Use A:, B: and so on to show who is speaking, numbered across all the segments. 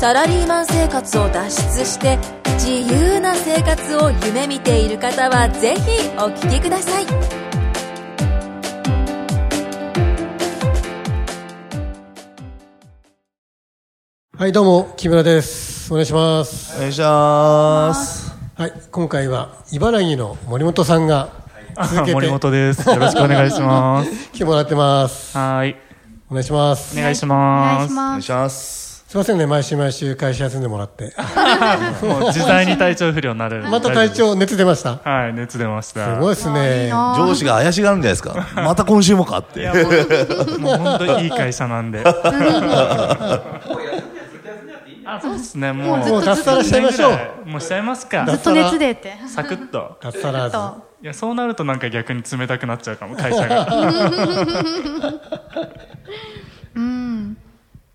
A: サラリーマン生活を脱出して自由な生活を夢見ている方はぜひお聞きください
B: はい、どうも、木村です。お願いします。
C: お願いします。
B: はい、今回は茨城の森本さんが続けて
C: 森本です。よろしくお願いします。
B: 来てもらってます。
D: はい。
B: お願いしま
D: お
B: す。
D: 願いし
E: お願
D: ま
E: いし
D: す。
E: ます
C: します。
B: すいませんね、毎週毎週会社休んでもらって。
D: もう自在に体調不良になる。
B: また体。調熱出ました。
D: はい、熱出まし
B: す
D: た。
B: ごいですね。
C: 上司が怪しがるんじゃないですか。また今週もかって。
D: もう本当いい会社なんで。 あ、そうですね。もう。
B: もう脱サラしちゃいましょう。
D: もうしちゃいますか
E: ず。っと熱出て
D: サクッと。
B: 脱サラーズ。
D: いや、そうなるとなんか逆に冷たくなっちゃうかも、会 社が。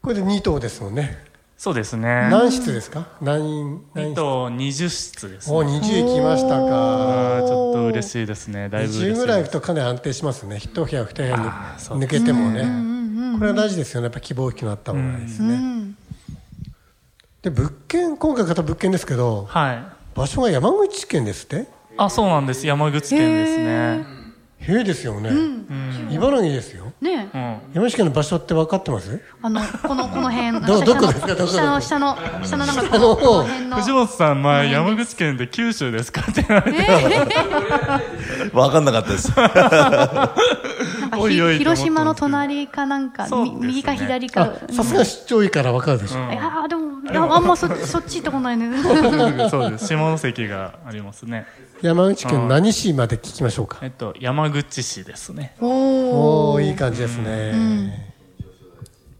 B: これで2棟ですもんね。
D: そうですね。
B: 何室ですか何、何
D: えっ
B: 室
D: と、20室です
B: お、
D: ね。
B: 20来ましたか。
D: あーちょっと嬉しいですね。だいぶ嬉しいで
B: 10
D: す。
B: ぐらい行くとかなり安定しますね。1部屋、2部屋
D: あーそう
B: に抜けてもね。これは大事ですよね。やっぱ希望大きくなった方がいいですね。で、物件、今回買った物件ですけど、
D: は
B: 場所が山口県ですって
D: い。あ、そうなんです。山口県ですね。
B: へえですよね、茨城ですよ
E: ね
D: う
E: え
D: ん。
B: 山口県の場所って分かってます
E: あのこのこの辺
B: どどこですかどこ
E: 下の下の下の下のなんか
B: 下
E: この
B: の
E: この辺の
D: 藤本さん前山口県で九州ですかって言われて、
C: わかんなかったです。
E: なんかひ
D: おいおいと思
E: 広島の
D: ったん
E: 隣かなんか、
D: そうで
E: み
D: すね
E: 右か左か
B: あさすが出張いいから分かるでしょ、
E: いやーでもいやあんまそそっち行ってこないね
D: そうです下関がありますね
B: 山口県何市まで聞きましょうか
D: えっと山口市ですね
B: おおいい感じですね、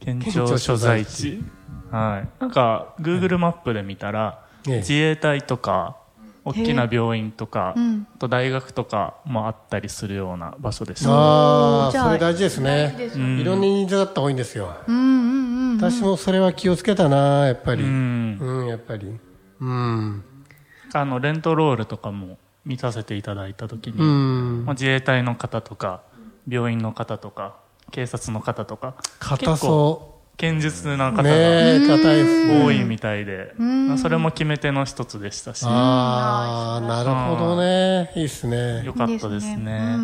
D: 県庁所在地はいなんか Google マップで見たら、
B: ええ
D: 自衛隊とか大きな病院とか、あと大学とかもあったりするような場所でした、
B: ああ
E: じゃあ
B: それ大事ですねいろんな人数だった方がいいんですよ、私もそれは気をつけたなやっぱりう、
D: うんん、
B: やっぱりうん
D: あのレントロールとかも見させていただいた時に、
B: うん
D: もう自衛隊の方とか病院の方とか警察の方とか
B: 硬
D: 結構
B: そ
D: 堅実な
B: う
D: 方が
B: ねえ硬いですね
D: 多いみたいで、それも決め手の一つでしたし、良
B: ああなるほどねいいっすね
D: かったです
E: いいです
D: ね。
E: ね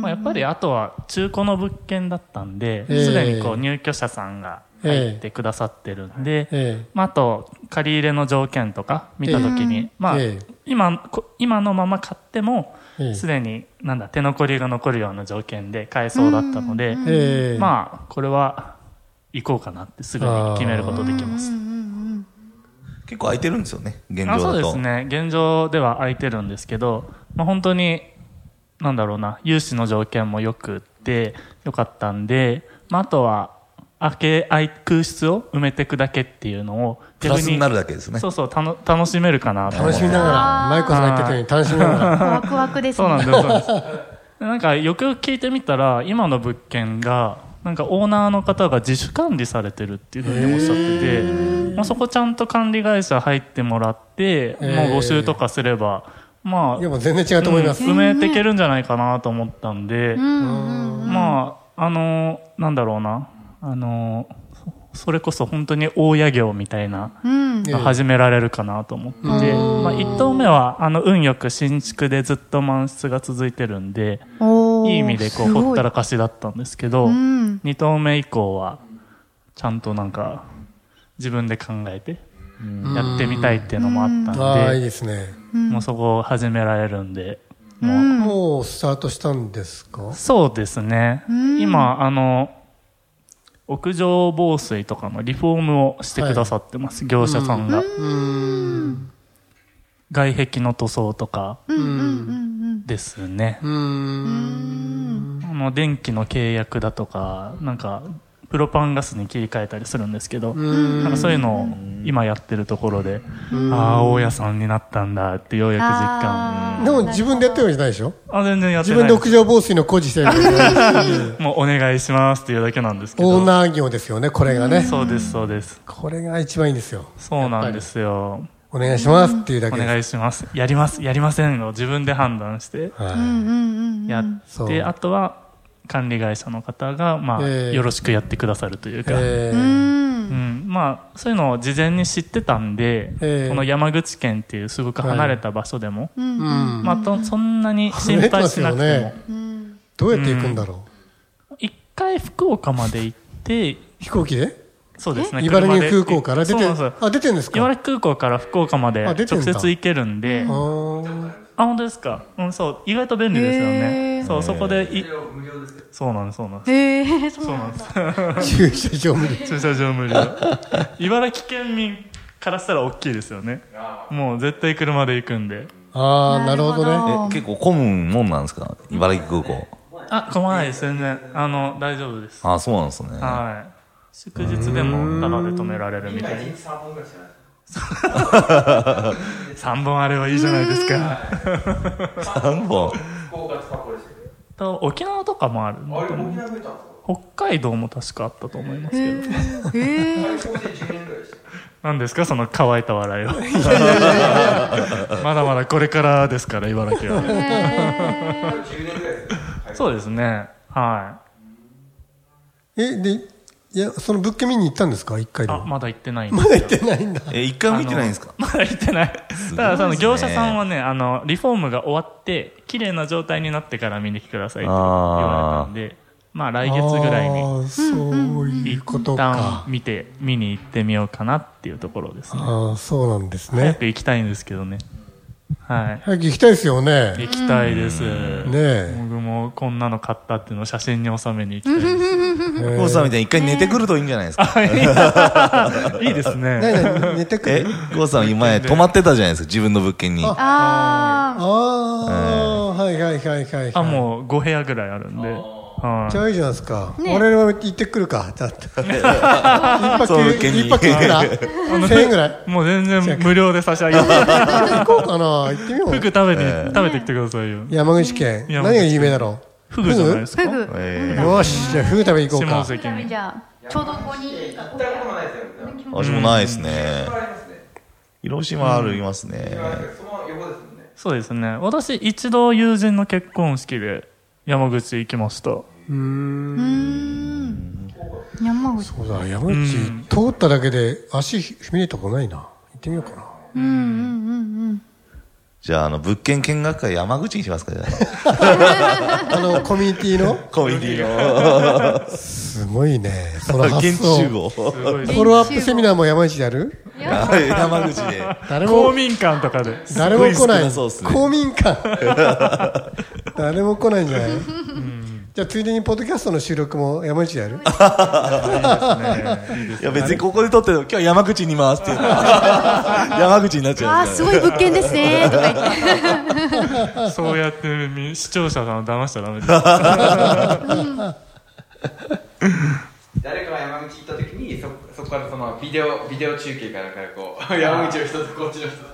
D: まあ、やっぱりあとは中古の物件だったんで、
B: ええ
D: すでにこう入居者さんが入ってくださってるんで、
B: え
D: まあ、あと借り入れの条件とか見たときに、まあ、
B: ええ
D: 今こ今のまま買っても
B: ええ
D: すでになんだ手残りが残るような条件で買えそうだったので、
B: えええ
D: まあこれは行こうかなってすぐに決めることできます。
C: 結構空いてるんですよね。現
D: あ
C: 状
D: そう
C: だ
D: で
C: と
D: す。ね現状では空いてるんですけど、まあ、本当になんだろうな融資の条件もよくってよかったんで、まあ、あとは空け空い空室を埋めていくだけっていうのを
C: プラスになるだけですね
D: そ。うそうたの楽しめるかなと思っ
B: 楽
D: て
B: しみながら、マイコさんが言ってたように楽しみなが ら。
E: ワクワクです
D: そうなんで
E: ね
D: すそうなんですでなんかよくよく聞いてみたら今の物件がなんかオーナーの方が自主管理されてるっていうふうにおっしゃってて、まあ、そこちゃんと管理会社入ってもらって、
B: ー
D: もう募集とかすればまあ
B: いや、もう全然違うと思います。
D: うん埋めていけるんじゃないかなと思ったんで、まああのなんだろうなあのそそれこそ本当に大家業みたいな
E: うん
B: ええ
D: 始められるかなと思って、まあ、1棟目はあの運よく新築でずっと満室が続いてるんで
E: おー
D: いい意味でこう
E: すごい
D: ほったらかしだったんですけど、
E: うん
D: 2棟目以降はちゃんとなんか自分で考えてやってみたいっていうのもあった
B: ああ、い
D: ん
B: い
D: で、
B: ですね。
D: もうそこを始められるんで。もう
B: もうスタートしたんですか
D: そうですね。今、あの、屋上防水とかのリフォームをしてくださってます、業者さんが。
B: うん。
D: 外壁の塗装とかですね。
B: うん。
D: あの、電気の契約だとか、なんか、プロパンガスに切り替えたりするんですけど、
B: ん
D: なんかそういうのを今やってるところで、ああ、大家さんになったんだってようやく実感。
E: あー
B: でも自分でやってるわけじゃないでしょ
D: あ、全然やって
B: 自
D: な
B: 分
D: い
B: で屋上防水の工事してるわけじゃない
D: もうお願いしますっていうだけなんですけ
B: オー
D: ど。
B: ナー業ですよねこれがね
D: そうです、そうです。
B: これが一番いいんですよ
D: そうなんですよ。
B: お願いしますっていうだ
D: お
B: けです
D: 願いします。やります、やりませんを自分で判断して
B: は
E: うんうんうん
D: や
B: そ
D: っ
B: う
D: て、あとは管理会社の方が、まあ、
B: ええ
D: よろしくやってくださるという
B: い
D: か。
B: え
E: う
B: ー
E: ん
D: うん、まあそういうのを事前に知ってたんで、
B: ええ
D: この山口県っていうすごく離れた場所でも、
E: うん
B: うん
D: まあとそんなに心配しなく
B: 離れて
D: て
B: ます
E: うん
B: どうやって行くんだろ
D: も一回福岡まで行って
B: う飛行機で
D: そうですね
B: 茨城空
D: 車で
B: 港から出て
D: そうそう
B: あ出てんですか
D: 茨城空港から福岡まで
B: あ出
D: 直
B: てんだ
D: 接行けるんで
B: あ
D: あ
B: ー
D: 本当ですか、うん、そう意外と便利ですよ
E: へ
D: ね
E: ー
D: そうそこでいそうなんですそうなんです
E: へえそう
D: そう
E: な
D: なん
E: ん
D: で
E: だ
D: す
B: 駐車場無理
D: 駐車場無料茨城県民からしたら大きいですよねもう絶対車で行くんで
B: ああなるほどね
E: なる
C: え結構混むもんなんですか茨城空港。
D: あ、困らないです、全然。あの、大丈夫です。
C: あそうなんですね。
D: はい。祝日でもタダで止められるみたい な。3本あればいいじゃないですか。
C: 3本。
D: と沖縄とかもあるんだと思う北海道も確かあったと思いますけど。
E: へえ
D: 何ですか、その乾いた笑いは。まだまだこれからですから、茨城は。そうですね。は
B: えでいやその物件見に行ったんですか一回
D: い。
B: で
D: あ、
B: も
D: まだ行ってないんですよ。
B: 行ってないんだ
C: え、一回も見てないんですか
D: まだ行ってない。ただ、その
C: す
D: 業
C: ごいです
D: 者
C: ね
D: さんはね、あの、リフォームが終わって、綺麗な状態になってから見に来てくださいと言われたんで、まあ来月ぐらい
B: あ
D: に、
B: ーそういうこと
D: 一
B: か
D: 旦見て、見に行ってみようかなっていうところですね。
B: ああそうなんです
D: 早
B: ね
D: く行きたいんですけどね。はい。
B: 早く行きたいですよね
D: 行きたいです。
B: ねえ
D: 僕もこんなの買ったっていうのを写真に収めに行きたいです。
C: コウさんみたいに一回寝てくるといいんじゃないですか。
D: はいいいですね。
B: 何寝てく
C: え
B: る、
C: コウさん前泊まってたじゃないですか、自分の物件に。
B: あ
E: ああ
B: ああーはいはいはいはいはい
D: あ、もう5部屋ぐらいあるんで。は
B: じゃあいいじゃないですか、
E: ね
B: 我々は行ってくるかだって 一
C: そ
B: 泊
C: う受けに
B: 一泊いくら1000円ぐらい
D: い。もう全然無料で差し上げます。
B: 行 こうかな行ってみよ
D: フグ
B: う
D: 食べて、食べてきてくださいよ。
B: 山口県何
D: 山口県
B: が有名だろ
D: フグじゃないですか
E: フグ
B: う
C: え
B: よしじゃあフグ食べに行こう
D: 下
B: か
D: 関に。
E: じゃあちょうどここに
C: ー、私もないですね。広島あるいますね。
D: そうですね。私、一度友人の結婚式で山口行きました。
B: うーん
E: 山口
B: そうだ山口通っただけで足踏み入れたことないな行ってみようかな
E: うんうんうんうん
C: じゃあ、あの、物件見学会山口にしますか、じゃ
B: あのコミュニティ の
C: あ。コミュニティ
B: すごいねその
C: の。
B: 発
C: 現地
B: 想
C: 集
B: フ
C: 合。
D: すごい。
B: ォローアップセミナーも山口でやる
C: はい山口で。
B: 誰
D: 公
B: も
D: 民館とかで。
B: 誰も来な
C: すごい少
B: い
C: なそうっすね
B: 公民館誰も来ないんじゃないじゃあついでにポッドキャストの収録も山口でやる
C: いや、別にここで撮ってるの、今日山口にいますっていう。山口になっちゃ
E: あ
C: うん
E: ー
C: ですす
E: ごい物件ですねとか言って
D: そうやってみ視聴者さんを騙しちゃダメです。あ
F: 誰かが山口行った時にそそこからそのビデオビデオ中継かなんかでこう 山口の人とこっちの人と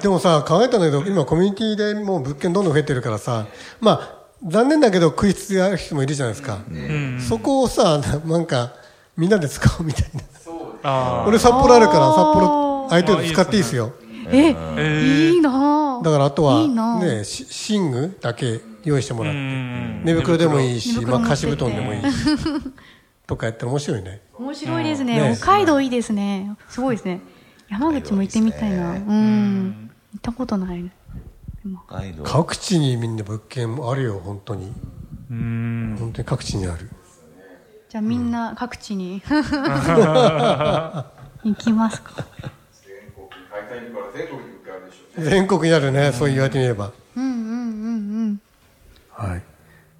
B: でもさ、考えたんだけど、今コミュニティでもう物件どんどん増えてるからさ、まあ、残念だけど食いつつやる人もいるじゃないですか。そこをさ、ななんか、みんなで使おうみたいな。
D: あ
B: 俺札幌あるから、札幌
E: あー
B: 空いてるの使っていいですよ。
E: え
D: ー。 え
E: いいな
B: だからあとはい
E: いな、
B: ね、し寝具だけ用意してもらっ
D: ー。う
B: て。
D: ん。
B: 寝袋でもいいし、
E: 寝
B: まあ、
E: 袋持って
B: 貸
E: って
B: し布団でもいいし。とかやったら面白いね。
E: 面白いです
B: ね
E: ね北海道いいですねすごいですね山口も行ってみたいなうん行ったことない
C: 北海道
B: 各地にみんな物件もあるよ、本当に。
D: うん。
B: 本当に各地にある。
E: じゃあみんな各地に行きますか
F: 大体から全国に向かうでしょ
B: 全国にあるね、そう言われてみれば。
E: うんうんうん
B: はい。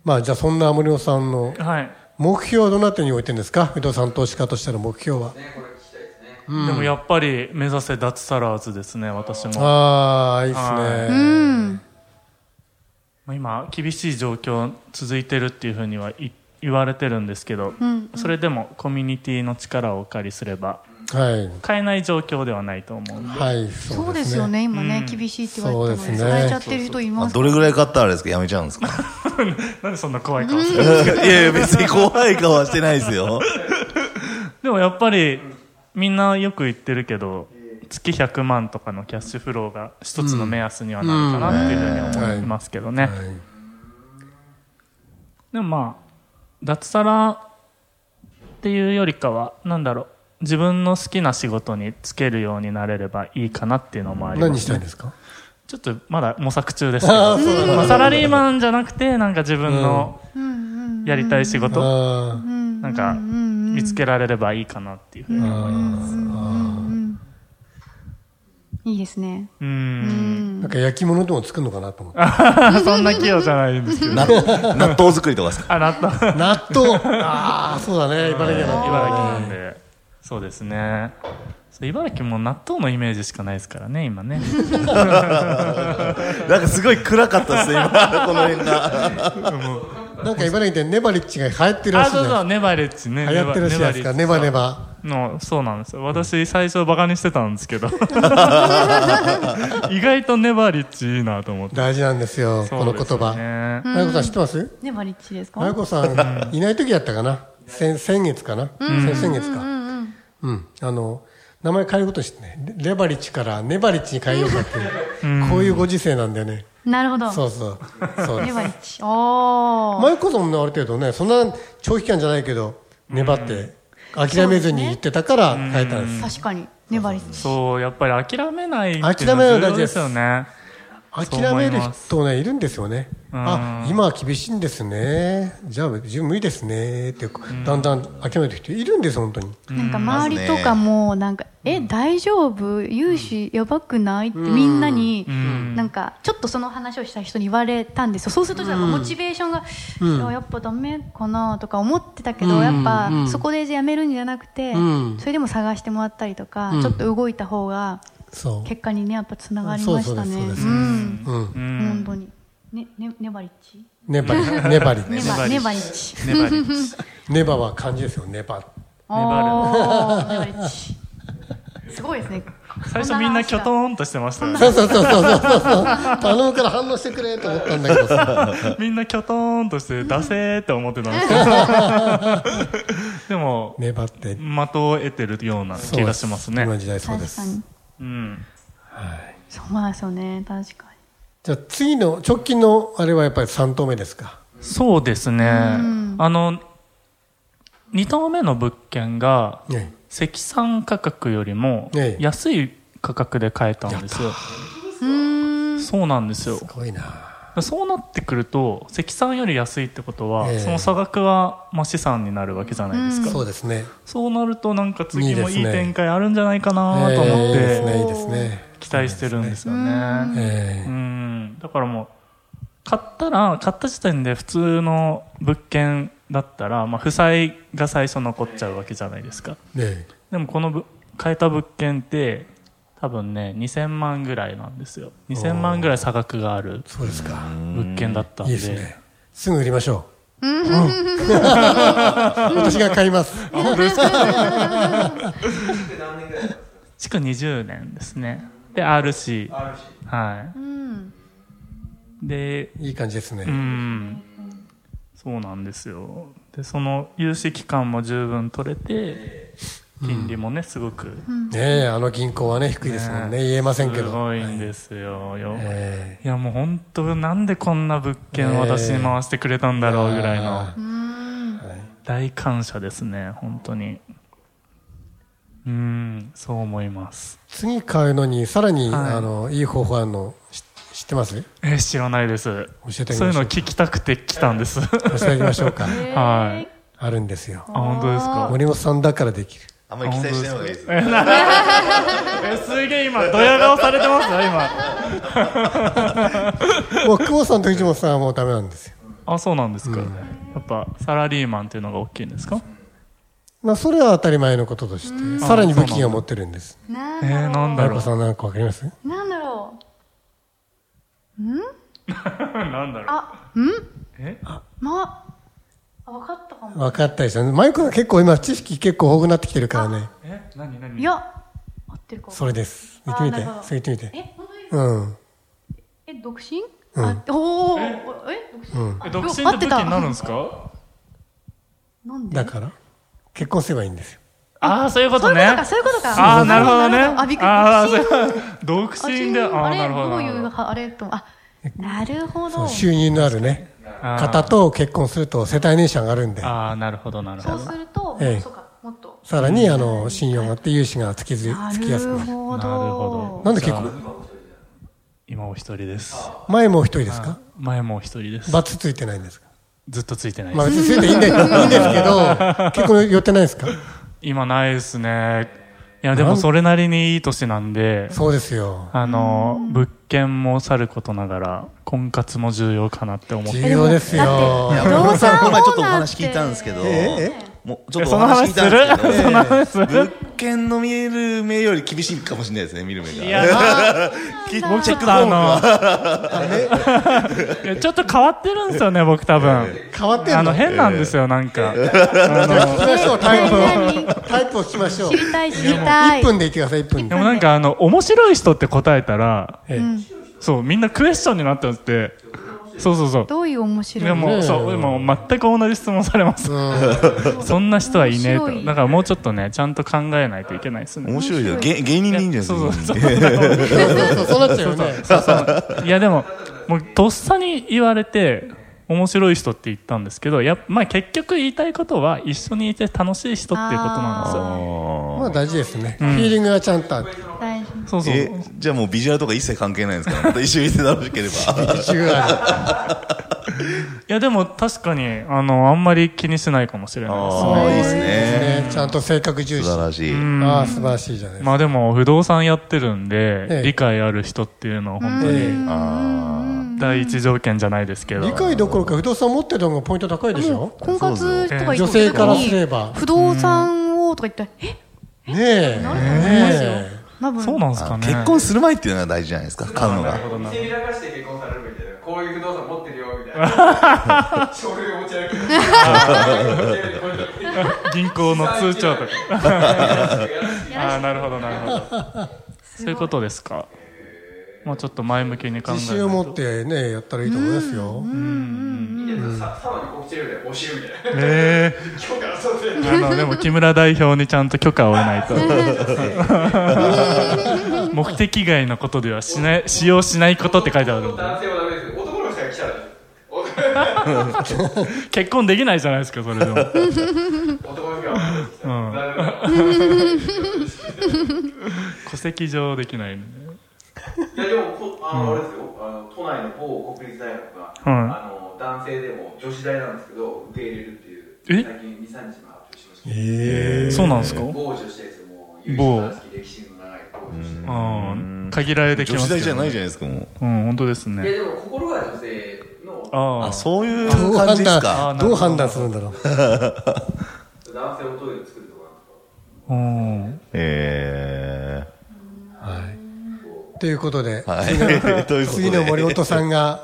B: まあ、じゃあそんな森尾さんの
D: はい。
B: 目標はどなたに置いてるんですか不動産投資家としての目標は。
D: でもやっぱり目指せ脱サラーズですね、私も。
B: ああ、いいですね。
E: うん
D: まあ今厳しい状況続いてるっていうふうには言っ言われてるんですけど、
E: うん
D: それでもコミュニティの力をお借りすれば
B: はい。
D: 買えない状況ではないと思うんで
B: はい、
E: そうですよ。ね、今ね、厳しいって言われてたの
B: そうです
E: で、
B: ね
E: されちゃってる人い
C: ま
E: ま
C: あ
E: す。
C: どれぐらい買ったらあれですかやめちゃうんですか
D: なんでそんな怖い顔す
C: い
D: る
C: やいや、別に怖い顔はしてないですよ。
D: でもやっぱりみんなよく言ってるけど月100万とかのキャッシュフローが一つの目安にはなるかなっていうふうに思いますけどね、
B: はい。
D: でもまあ脱サラっていうよりかはなんだろう自分の好きな仕事に就けるようになれればいいかなっていうのもあります、ね、
B: 何したいんですか
D: ちょっとまだ模索中ですけど、まあ、サラリーマンじゃなくてなんか自分のやりたい仕事
B: あ
D: なんか見つけられればいいかなっていうふうに思います
E: いいですね。
D: う
B: あ。
D: ん
B: なんか焼き物でも作るのかなと思って。
D: そんな器用じゃないんですけど
C: な納豆作りとかですか
D: あな った茨
B: 納豆ああ、そうだね。茨城の。
D: 城なんでそうですねそう茨城も納豆のイメージしかないですからね今ね
C: なんかすごい暗かったですね、今、 この辺が。
B: なんか茨城でネバリッチが流行ってるら
D: あ
B: しいじ
D: そう
B: ゃ
D: そう
B: ない
D: ネバレッジね
B: 流行ってるらしいじゃないですか。ネバネバ。
D: のそうなんですよ私最初バカにしてたんで すけど意外とネバリッチいいなと思って
B: 大事なんですよ、この言
D: そうです
B: 葉。
D: ね
B: マユコさん知ってます
E: ね、マリッチですか
B: マユコさん、いない時やったかな。先先月かな。先先月か。うん。あの、名前変えることにしてね。レレバリッチからネバリッチに変えようかっていう。こういうご時世なんだよね。
E: なるほど。
B: そうそう。そうです
E: ネバリッチ。おー。
B: 前こそもねある程度ねそんな長期間じゃないけど粘って諦めずに言ってたから変えたんです
E: 確かに、ネバリッチ。
D: そうやっぱり諦めないっていう
B: 諦
D: の
B: めないの
D: は
B: 大
D: 重要
B: 事
D: で
B: ですす
D: よね
B: 諦める人ねいるんですよね
D: ん
B: あ今は厳しいんですねじゃあ自分無理ですねってだんだん諦めてる人いるんです本当に
E: なんか周りとかも、なんか、え、大丈夫融資やばくないってみんなに、なんか、ちょっとその話をした人に言われたんですよ。そうすると、なんかモチベーションが、いややっぱダメかなとか思ってたけど、やっぱ、そこでやめるんじゃなくて、
B: ん
E: それでも探してもらったりとか、ちょっと動いた方が、
B: そう
E: 結果にね、やっぱつながりまし
B: そうそう
E: たね。
B: ですそうです
E: ん。
B: うん
E: 本当に。ね、ね、ネバリッチ。
B: ネ バリネバリ
E: ネバ、ネバリッチ。
D: ネバリッチ
B: ネバは漢字ですよネバ
E: おーネバリッチ。すごいです ね。
D: 最初みんなキョト
E: ン。
D: ーンとしてましたよね
B: そうそうそうそうそうそう頼むから反応してくれと思ったんだけど さ
D: みんなキョトーンとして出せーって思ってたんですけ どでも
B: ネバって
D: 的を得てるような気がしますね
B: 今の時代そうで
E: 確
B: す
E: かに。
D: うん
E: そうなんですよね。確か
B: じゃあ次の直近のあれはやっぱり3投目ですか
D: そうですねあの2棟目の物件が
B: ね
D: 積算価格よりも
B: ええ
D: 安い価格で買えたんですよそうなんですよ
B: すごいな
D: そうなってくると積算より安いってことは、
B: ええ
D: その差額は、まあ、資産になるわけじゃないですか、
B: そうですね
D: そうなるとなんか次も
B: いい
D: い
B: で
D: い
B: すね
D: 展開あるんじゃないかなと思っ
B: えーいいです
D: て
B: ねいいですね
D: 期待してるんですよね、
B: え
D: うんだからもう買ったら買った時点で普通の物件だったら、まあ、負債が最初残っちゃうわけじゃないですか
B: ーね
D: でもこのぶ買えた物件って多分ね2000万ぐらいなんですよ2000万ぐらい差額がある
B: そうですか
D: 物件だったん
B: いい
D: で
B: ですねすぐ売りましょう、うん私が買います
F: 何年ぐらいだったんです
D: 築20年ですねで RC
F: かあるし
D: はい、
E: に。うん。
D: で
B: いい感じですね、
D: うんそうなんですよでその融資期間も十分取れて金利もねすごく、
B: ねえあの銀行はね低いですもんね言えませんけ
D: す
B: ど
D: ごいんですよ、よ
B: え
D: いやもう本当なんでこんな物件私に回してくれたんだろうぐらいの大感謝ですね本当にうんそう思います
B: 次買うのにさらに、
D: はい
B: い、あのいい方法あるのし知ってます教
D: え知らないです
B: えてあげ
D: そうい
B: ましょ
D: うの
B: う
D: 聞きたくて来たんですはい
B: 教えてあげましょ うか
D: あ
B: あるんですよ
D: 本当ですか
B: 森本さんだからできる
C: あんまり期待してない方がいいですね。
D: えすげえ今ドヤ顔されてますよ今
B: もう久保さんと藤本さんはもうダメなんですよ
D: あそうなんですか、やっぱサラリーマンっていうのが大きいんですか
B: まあ、それは当たり前のこととして、さらに武器を持ってるんです。
E: な
D: えー、
E: んだ
D: な
E: ろ
D: んだ
B: マイ
D: ろ
B: コ
D: う
B: さんなんかわかります
E: う。なんだろう。
D: なんだろう
E: あ、ん
D: え
E: ま、あ分かったかも
B: 分かったですよね。マイクは結構今、知識結構豊富になってきてるからね。
D: え何何
E: いや合ってるかも
B: それです。言ってみて。
E: あなるほど
B: そう言ってみて。
E: え本当です
B: う
E: か
B: ん。
E: え独身、
B: うん
E: あおおえ
D: え
E: 独
D: 独身
E: 身、
D: って
E: あ
D: 武器になるんですか
E: なんで
B: だから、結婚すればいいんですよ。
D: ああそういうこ
E: そ
D: と
E: ういうこと
D: ね
E: かそういうことか
D: ああなるほどね
E: あびっくり
D: ああ
E: 独身
D: そう独
E: あ
D: 身であ
E: あ
D: あ
E: れ
D: なるほど
E: どう
D: ないるほど
E: うはあれとあなるほ
B: そ
E: ど
B: う収入のあるね、
D: あー
B: 方と結婚すると世帯年収上がるんで、
D: ああなるほどなる
E: そ
D: ほ
E: う
D: ど
E: すると、
B: ええ
E: そうかもっと
B: さらに、あの、信用があって融資がつきず
E: な
B: つきやすく
E: る
B: なる。
E: ほど
D: なるほど
B: なんで結婚
D: じゃあ今お一人です
B: 前もお一人ですか
D: 前もお一人です
B: バツついてないんですか
D: ずっとついてない
B: ま
D: で
B: あ別
D: す
B: についていいん でいいんですけど、結婚寄ってないですか
D: 今ないですねいやでもそれなりにいい年なんで
B: そうですよ。
D: あの物件もさることながら婚活も重要かなって思って
B: 重要ですよ。
C: いや
E: 不動産
C: この前ちょっとお
E: オーナーっ
C: 話
E: て
C: 聞いたんですけど、
B: ええ
C: もうちょ
D: え
C: っと
D: そ
C: お
D: の
C: 話
D: 話
C: 聞い
D: す
C: た
D: る
C: んですけど、
D: その話する
C: 物件の見える目より厳しいかもしれないですね、見る目が。
D: いや
C: き
D: 僕
C: チェ
D: ち
C: ッ
D: ょっ
C: ク
D: とあ
C: 項目は
D: の いやちょっと変わってるんですよね僕多分
B: 変わって
D: あ
B: ん
D: の
B: の
D: 変なんですよなんか
B: 聞きましょう、タイプ
E: 何
B: を。タイプを聞きましょう。
E: 知りたい知りたい
B: 1分で言ってください、1分
D: で
B: で。
D: もなんかあの面白い人って答えたら
B: ええ
D: そうみんなクエスチョンになってるってそうそうそう
E: どういう面白い
D: でもそうでも全く同じ質問されます
B: うん
D: そんな人はいねえ
E: 面
D: と
E: 白い
D: だからもうちょっとねちゃんと考えないといけないですね
C: 面白いよ。芸芸人でいいんじゃないですか
D: そうそうそう
B: そうそうそうなっちゃうよね。
D: いやでももうとっさに言われて面白い人って言ったんですけどやっぱまあ結局言いたいことは一緒にいて楽しい人っていうことなんですよ
B: まあ大事ですね。フィーリングがちゃんとあって。
E: 大事
D: そうそう
C: えじゃあもうビジュアルとか一切関係ないんです から、また一緒にいて楽しければ。
B: 一緒ぐらい
D: いやでも確かにあのあんまり気にしないかもしれないです
C: ああ、いいですね。
B: ねちゃんと性格重視。
C: 素晴らしい。
B: ああ、素晴らしいじゃないですか。
D: まあでも不動産やってるんで、
B: ええ
D: 理解ある人っていうのは本当
B: え
D: に第一条件じゃないですけ
B: え
D: ど、
B: 理解どころか不動産持ってた方がポイント高いでしょ
E: 婚活とか
B: 女
E: 行った時に
B: 性からすれば。
E: 不動産をとか言ったらえ
B: ねえ。
E: なるほどね
B: ね
E: 多分
D: そうなんですか
C: あ
D: ね
C: 結婚する前っていうのが大事じゃないですか、買うのが。
F: 見せびらかして結婚されるみたいなこういう不動産持ってるよみたいな 書類を持ち歩く
D: 銀行の通 帳とかああなるほどなるほどそういうことですかまあちょっと前向きに
B: え
D: 考え
B: 自
D: ない
B: 信を持っ
D: と
B: てね、やったらいいと思いますよ。
F: ささらに告知ルールで押しるみたいな
D: え
F: 今日からそうする
D: えあのでも木村代表にちゃんと許可を 得ないと目的外のことではしない使用しないことって書いてあるんで
F: 男性はダメです男の人が来たらお
D: 結婚できないじゃないですかそれでも
F: 男の人が なるほど
D: 戸籍上できないんで
F: いやでもこあの、あれですよあの都内の某国立大学が、
D: うん
F: あの男性でも女子大なんですけど受け入れるっていう
D: え
F: 最近23日も発表しました
B: え
D: そうなんですか
F: 某女子ですよもう優秀な歴史の長い某女子大
D: うん限られてき
C: 女
D: ま
C: 子
D: すけど
C: 大じゃないじゃないですか、もう。
D: うん本当です
F: いや
D: ね
F: でも心が女性の
D: あ
C: あ、
D: あ
C: そういう
B: どう
C: 感
B: 判
C: じで
B: 断、
C: すか。
B: どう判断するんだろう。
F: 男性をトイレに作るとか
D: うん
C: え
B: ということで、
C: えはい。 ということで
B: 次の森本さんが、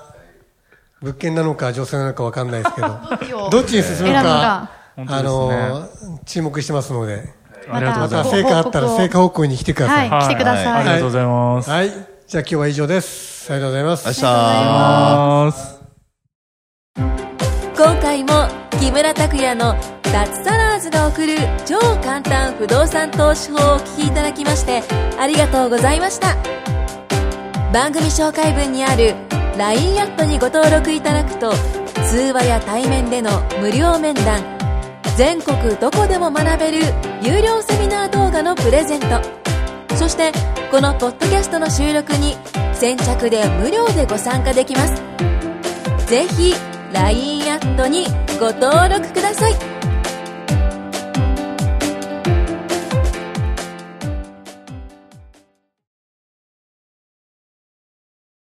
B: 物件なのか女性なのかわかんないですけど、どっちに進む
E: 選ぶ
B: か
E: か、
D: 選ぶ
B: あ
D: か本
B: の、注目してますので、
D: ありがと
B: ま
D: うござい
B: た
D: ます
B: 成果あったら成果報告に来てくださ。
E: はいい
B: はい。
D: はい
E: 来てくださ
D: あ
E: い
D: りがとうございます、
B: じゃあ今日は以上です。ありがとうございます
C: ありがとうございま。した。
D: あー
A: 今回も木村拓哉の脱サラーズが送る超簡単不動産投資法をお聞きいただきましてありがとうございました番組紹介文にある LINE アットにご登録いただくと通話や対面での無料面談全国どこでも学べる有料セミナー動画のプレゼントそしてこのポッドキャストの収録に先着で無料でご参加できますぜひ LINE アットにご登録ください